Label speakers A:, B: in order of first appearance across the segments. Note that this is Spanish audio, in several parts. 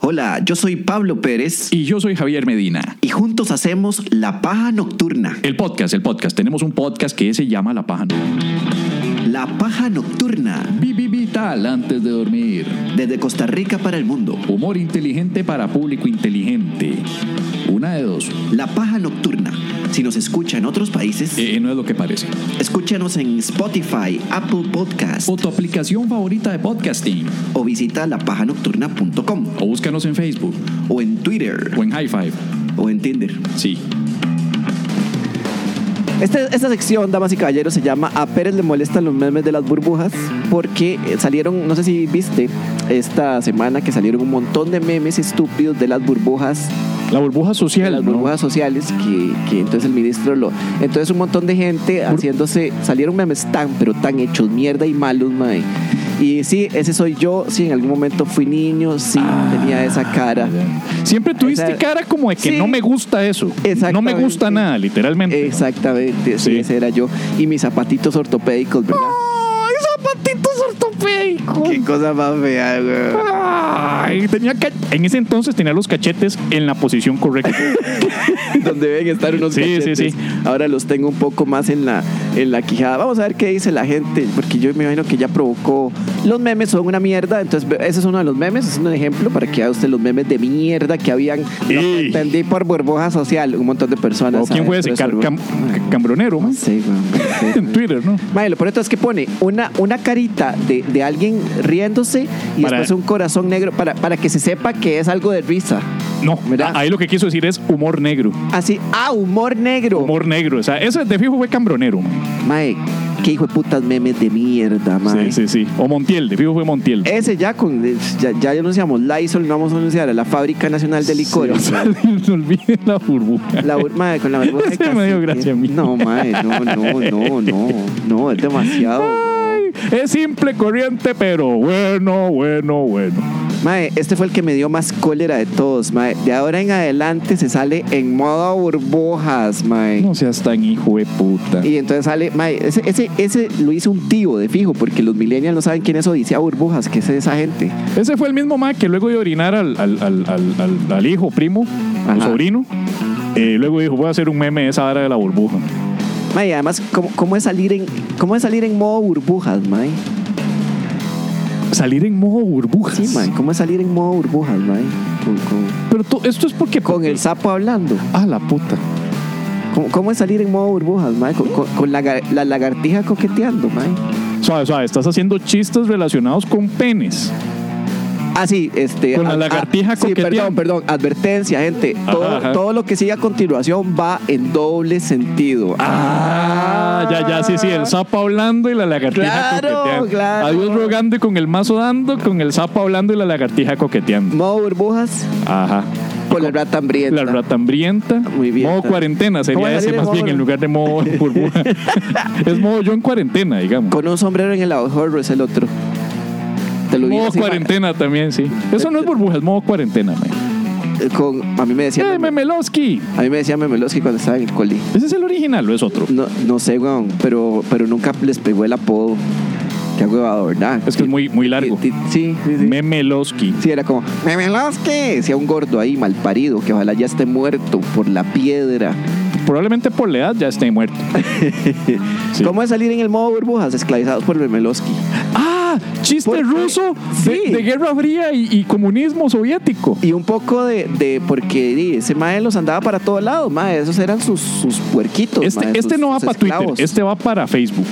A: Hola, yo soy Pablo Pérez
B: Y yo soy Javier Medina.
A: y juntos hacemos La Paja Nocturna.
B: El podcast, el podcast. Tenemos un podcast que se llama La Paja
A: La Paja Nocturna,
B: Vivi Vital antes de dormir.
A: desde Costa Rica para el mundo.
B: Humor inteligente para público inteligente. Una de dos.
A: La Paja Nocturna. Si nos escucha en otros países,
B: Eh, no es lo que parece.
A: escúchanos en Spotify, Apple Podcast
B: O tu aplicación favorita de podcasting.
A: o visita lapajanocturna.com
B: O búscanos en Facebook.
A: o en Twitter
B: O en High Five.
A: o en Tinder.
B: Sí.
A: Este- esta sección, damas y caballeros, se llama A Pérez le molestan los memes de las burbujas porque eh, salieron, no sé si viste, esta semana que salieron un montón de memes estúpidos de las burbujas,
B: La burbuja
A: de
B: social.
A: las
B: ¿no?
A: burbujas sociales que, que entonces el ministro lo... Entonces un montón de gente haciéndose, salieron memes tan, pero tan hechos mierda y malos, mae. Y sí, ese soy yo, sí, en algún momento fui niño, sí,
B: Ah,
A: tenía esa cara.
B: ya. Siempre tuviste
A: Esa-
B: cara como de que
A: Sí.
B: no me gusta eso. No me
A: Exactamente.
B: gusta nada, literalmente.
A: Exactamente, sí,
B: Sí.
A: ese era yo. Y mis zapatitos ortopédicos, ¿verdad?
B: ¡Ay, zapatitos ortopédicos!
A: Qué cosa más fea, güey.
B: Ay, tenía ca- en ese entonces tenía los cachetes en la posición correcta.
A: donde deben estar unos
B: Sí,
A: cachetes.
B: sí, sí.
A: Ahora los tengo un poco más en la, en la quijada. Vamos a ver qué dice la gente, porque yo me imagino que ya provocó. Los memes son una mierda, entonces ve- ese es uno de los memes, es un ejemplo para que vea usted los memes de mierda que habían. Lo
B: Ey.
A: entendí por burbuja social, un montón de personas.
B: ¿O quién
A: ¿sabes?
B: fue ese?
A: Pero
B: Car-
A: eso-
B: pues, cam-
A: Ay,
B: cambronero,
A: no
B: man.
A: sé, güey, no sé.
B: En Twitter, ¿no?
A: Mae, lo peor de todo es que pone una, una carita de, de alguien riéndose y
B: Para-
A: después un corazón negro para, para que se sepa que es algo de risa.
B: No,
A: Mira.
B: a- ahí lo que quiso decir es humor negro.
A: Así, ah, humor negro.
B: Humor negro. O sea, ese de fijo fue cambronero. man.
A: Mae, qué hijo de putas memes de mierda, mae.
B: Sí, sí, sí. O Montiel, de fijo fue Montiel.
A: Ese ya con eh, ya, ya anunciamos Lysol, no vamos a anunciar a la Fábrica Nacional de Licores.
B: Se
A: mae.
B: me olvide la burbuja.
A: La bur- mae, con la burbuja de
B: Ese me dio
A: cacique.
B: gracia a mí.
A: No, mae, no, no, no, no, no, es demasiado.
B: Ay, es simple, corriente, pero bueno, bueno, bueno.
A: Mae, este fue el que me dio más cólera de todos, mae. De ahora en adelante se sale en modo burbujas, mae.
B: No seas tan hijo de puta.
A: Y entonces sale, mae, ese, ese, ese lo hizo un tío de fijo, porque los millennials no saben quién es Odisea Burbujas, que es esa gente.
B: Ese fue el mismo Mac que luego de orinar al, al, al, al, al- al hijo, primo,
A: Ajá.
B: o sobrino, eh, luego dijo, voy a hacer un meme de esa hora de la burbuja.
A: Mae, además, ¿cómo, cómo es salir en, ¿cómo es salir en modo burbujas, mae?
B: Salir en modo burbujas.
A: Sí, mae, ¿cómo es salir en modo burbujas, mae? Con, con-
B: Pero tú- esto es porque...
A: con el sapo hablando.
B: Ah, la puta.
A: ¿Cómo, cómo es salir en modo burbujas, mae? Con, con- con la, gar- la lagartija coqueteando, mae.
B: Suave, suave, estás haciendo chistes relacionados con penes.
A: Ah, sí, este...
B: Con la
A: ah,
B: lagartija
A: ah, Sí, perdón,
B: coqueteando.
A: perdón. Advertencia, gente.
B: Ajá,
A: Todo,
B: ajá.
A: todo lo que sigue a continuación va en doble sentido.
B: Ah, ya, ya, sí, sí, el sapo hablando y la lagartija
A: Claro,
B: coqueteando.
A: claro.
B: Adiós rogando y con el mazo dando, con el sapo hablando y la lagartija coqueteando.
A: Modo burbujas
B: Ajá.
A: con la rata hambrienta.
B: La rata hambrienta.
A: Muy bien.
B: Modo cuarentena
A: ¿Cómo va a
B: sería ese
A: salir el
B: más bien
A: modo?
B: en lugar de modo burbuja. es modo yo en cuarentena, digamos.
A: Con un sombrero en el ahorro es el otro. Te lo vi
B: modo
A: así, mae.
B: cuarentena también, sí. Eso no es burbuja, es modo cuarentena, man.
A: Eh, con, a mí me decían
B: ¡Eh, Memelowski!
A: a mí me decían Memelowski cuando estaba en el coli
B: ¿Ese es el original o es otro?
A: no, no sé weón pero, pero nunca les pegó el apodo qué huevado ¿verdad?
B: Es que es muy, muy largo.
A: sí, sí, sí, sí.
B: Memelowski.
A: Sí, era como Memelowski decía un gordo ahí mal parido que ojalá ya esté muerto por la piedra
B: Probablemente por la edad ya esté muerto. Sí.
A: ¿cómo es salir en el modo burbujas? esclavizados por Memelowski
B: ¡Ah! Chiste
A: Porque-
B: ruso de,
A: sí.
B: de Guerra Fría y, y comunismo soviético.
A: y un poco de, de porque di, ese mae los andaba para todos lados mae esos eran sus, sus puerquitos
B: Este,
A: mae,
B: este
A: sus-
B: no va
A: sus
B: para Twitter,
A: esclavos.
B: este va para Facebook.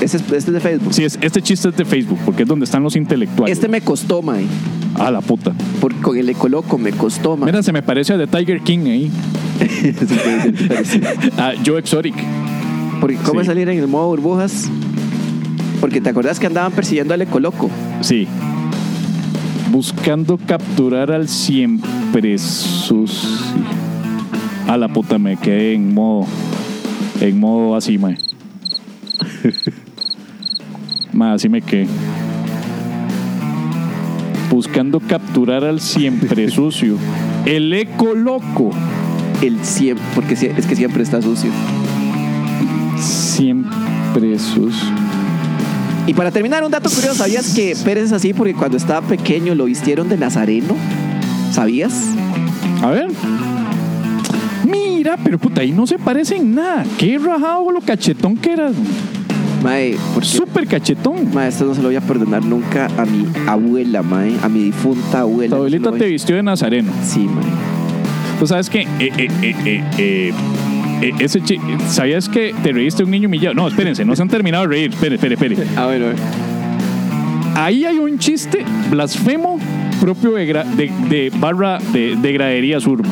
A: Ese es- este es de Facebook
B: Sí, es, este chiste es de Facebook, porque es donde están los intelectuales.
A: este me costó mae
B: A la puta.
A: Porque con el ecoloco me costó más.
B: Mira, se me parece a The Tiger King ahí. A Joe Exotic.
A: Porque cómo
B: Sí.
A: salir en el modo burbujas. Porque te acordás que andaban persiguiendo al ecoloco.
B: Sí. Buscando capturar al siempre sus. A la puta me quedé en modo. En modo así, mae. Mae, así me quedé. Buscando capturar al siempre sucio. El eco loco.
A: El siempre, porque sie- es que siempre está sucio.
B: Siempre sucio.
A: Y para terminar, un dato curioso, ¿sabías que Pérez es así porque cuando estaba pequeño lo vistieron de nazareno? ¿Sabías?
B: A ver. Mira, pero puta, ahí no se parecen nada. Qué rajado lo cachetón que eras.
A: Mae, porque
B: Súper cachetón.
A: mae, esto no se lo voy a perdonar nunca a mi abuela, mae, a mi difunta abuela.
B: Tu abuelita
A: No,
B: te vistió de nazareno.
A: Sí, mae.
B: Tú sabes que. eh, eh, eh, eh, eh, eh, ese chi- ¿Sabías que te reíste de un niño humillado? No, espérense, no se han terminado de reír. Espere, espere, espere.
A: A ver, a ver.
B: Ahí hay un chiste blasfemo propio de, gra- de, de barra de, de gradería sur, mae.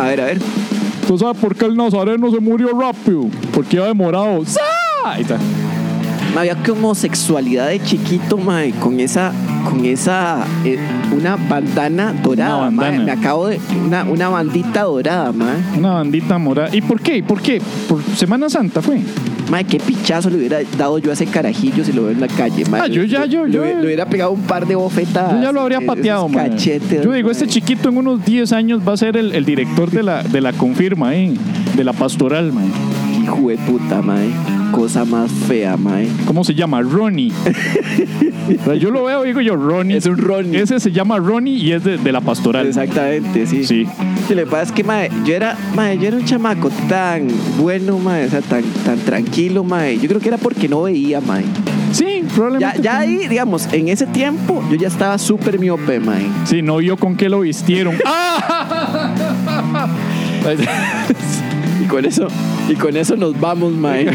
A: A ver, a ver.
B: ¿Tú sabes por qué el nazareno se murió rápido? Porque iba demorado. ¡Sa! Ahí está.
A: Me había como sexualidad de chiquito, mae, con esa, con esa, eh, una bandana dorada,
B: Una
A: mae.
B: bandana.
A: Me acabo de, una, una bandita dorada, mae.
B: Una bandita morada. ¿Y por qué? ¿Por qué? Por Semana Santa fue.
A: Mae, qué pichazo le hubiera dado yo a ese carajillo si lo veo en la calle, mae.
B: Ah, yo ya, yo-
A: Le,
B: yo-
A: le hubiera pegado un par de bofetadas. eh,
B: Yo ya lo habría
A: Ah, Esos
B: pateado, mae.
A: Cachetes,
B: Yo digo, este
A: mae.
B: chiquito en unos 10 años va a ser el, el director de la, de la confirma, ¿eh? De la pastoral, man.
A: Hijo de puta, mae. Cosa más fea, mae.
B: ¿Cómo se llama? Ronnie. O sea, yo lo veo y digo yo, Ronnie.
A: Es un Ronnie.
B: Ese se llama Ronnie y es de, de la pastoral.
A: Exactamente, sí.
B: Sí.
A: Y lo que pasa es que, mae, yo era, mae, yo era un chamaco tan bueno, mae, o sea, tan, tan tranquilo, mae. Yo creo que era porque no veía, mae.
B: Sí,
A: Ya,
B: probablemente.
A: ya ahí, digamos, en ese tiempo, yo ya estaba súper miope, mae.
B: Sí, no vio con qué lo vistieron.
A: Y con eso, y con eso nos vamos, mae.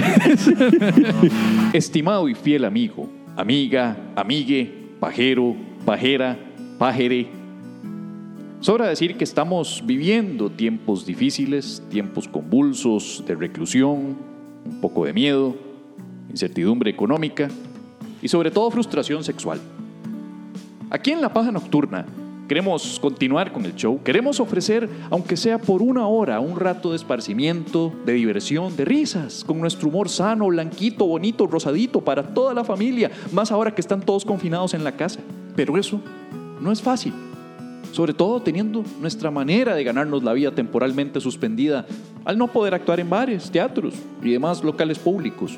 C: Estimado y fiel amigo, amiga, amigue, pajero, pajera, pajere. Sobra decir que estamos viviendo tiempos difíciles, tiempos convulsos de reclusión, un poco de miedo, incertidumbre económica y sobre todo frustración sexual. Aquí en La Paja Nocturna queremos continuar con el show, queremos ofrecer, aunque sea por una hora, un rato de esparcimiento, de diversión, de risas, con nuestro humor sano, blanquito, bonito, rosadito, para toda la familia, más ahora que están todos confinados en la casa. Pero eso no es fácil, sobre todo teniendo nuestra manera de ganarnos la vida temporalmente suspendida al no poder actuar en bares, teatros y demás locales públicos.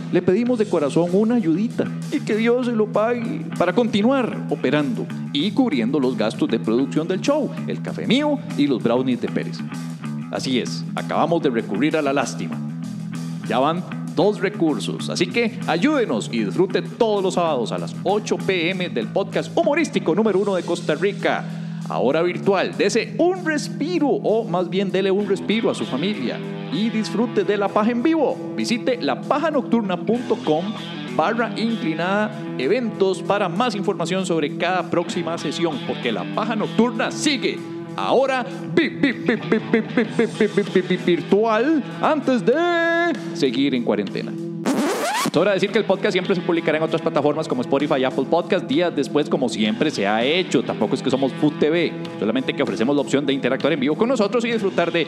C: le pedimos de corazón una ayudita y que Dios se lo pague para continuar operando y cubriendo los gastos de producción del show, el café mío y los brownies de Pérez. Así es, acabamos de recurrir a la lástima. Ya van dos recursos, así que ayúdenos y disfrute todos los sábados a las 8 pm del podcast humorístico número uno de Costa Rica. Ahora virtual, dese un respiro o más bien dele un respiro a su familia y disfrute de la paja en vivo. Visite lapajanocturna.com barra inclinada eventos para más información sobre cada próxima sesión, porque la paja nocturna sigue. Ahora, vi- vi- vi- vi- vi- vi- vi- vi- vi- vi- vi- virtual antes de seguir en cuarentena. Sobra decir que el podcast siempre se publicará en otras plataformas como Spotify y Apple Podcast días después, como siempre se ha hecho. Tampoco es que somos Food TV, solamente que ofrecemos la opción de interactuar en vivo con nosotros y disfrutar de.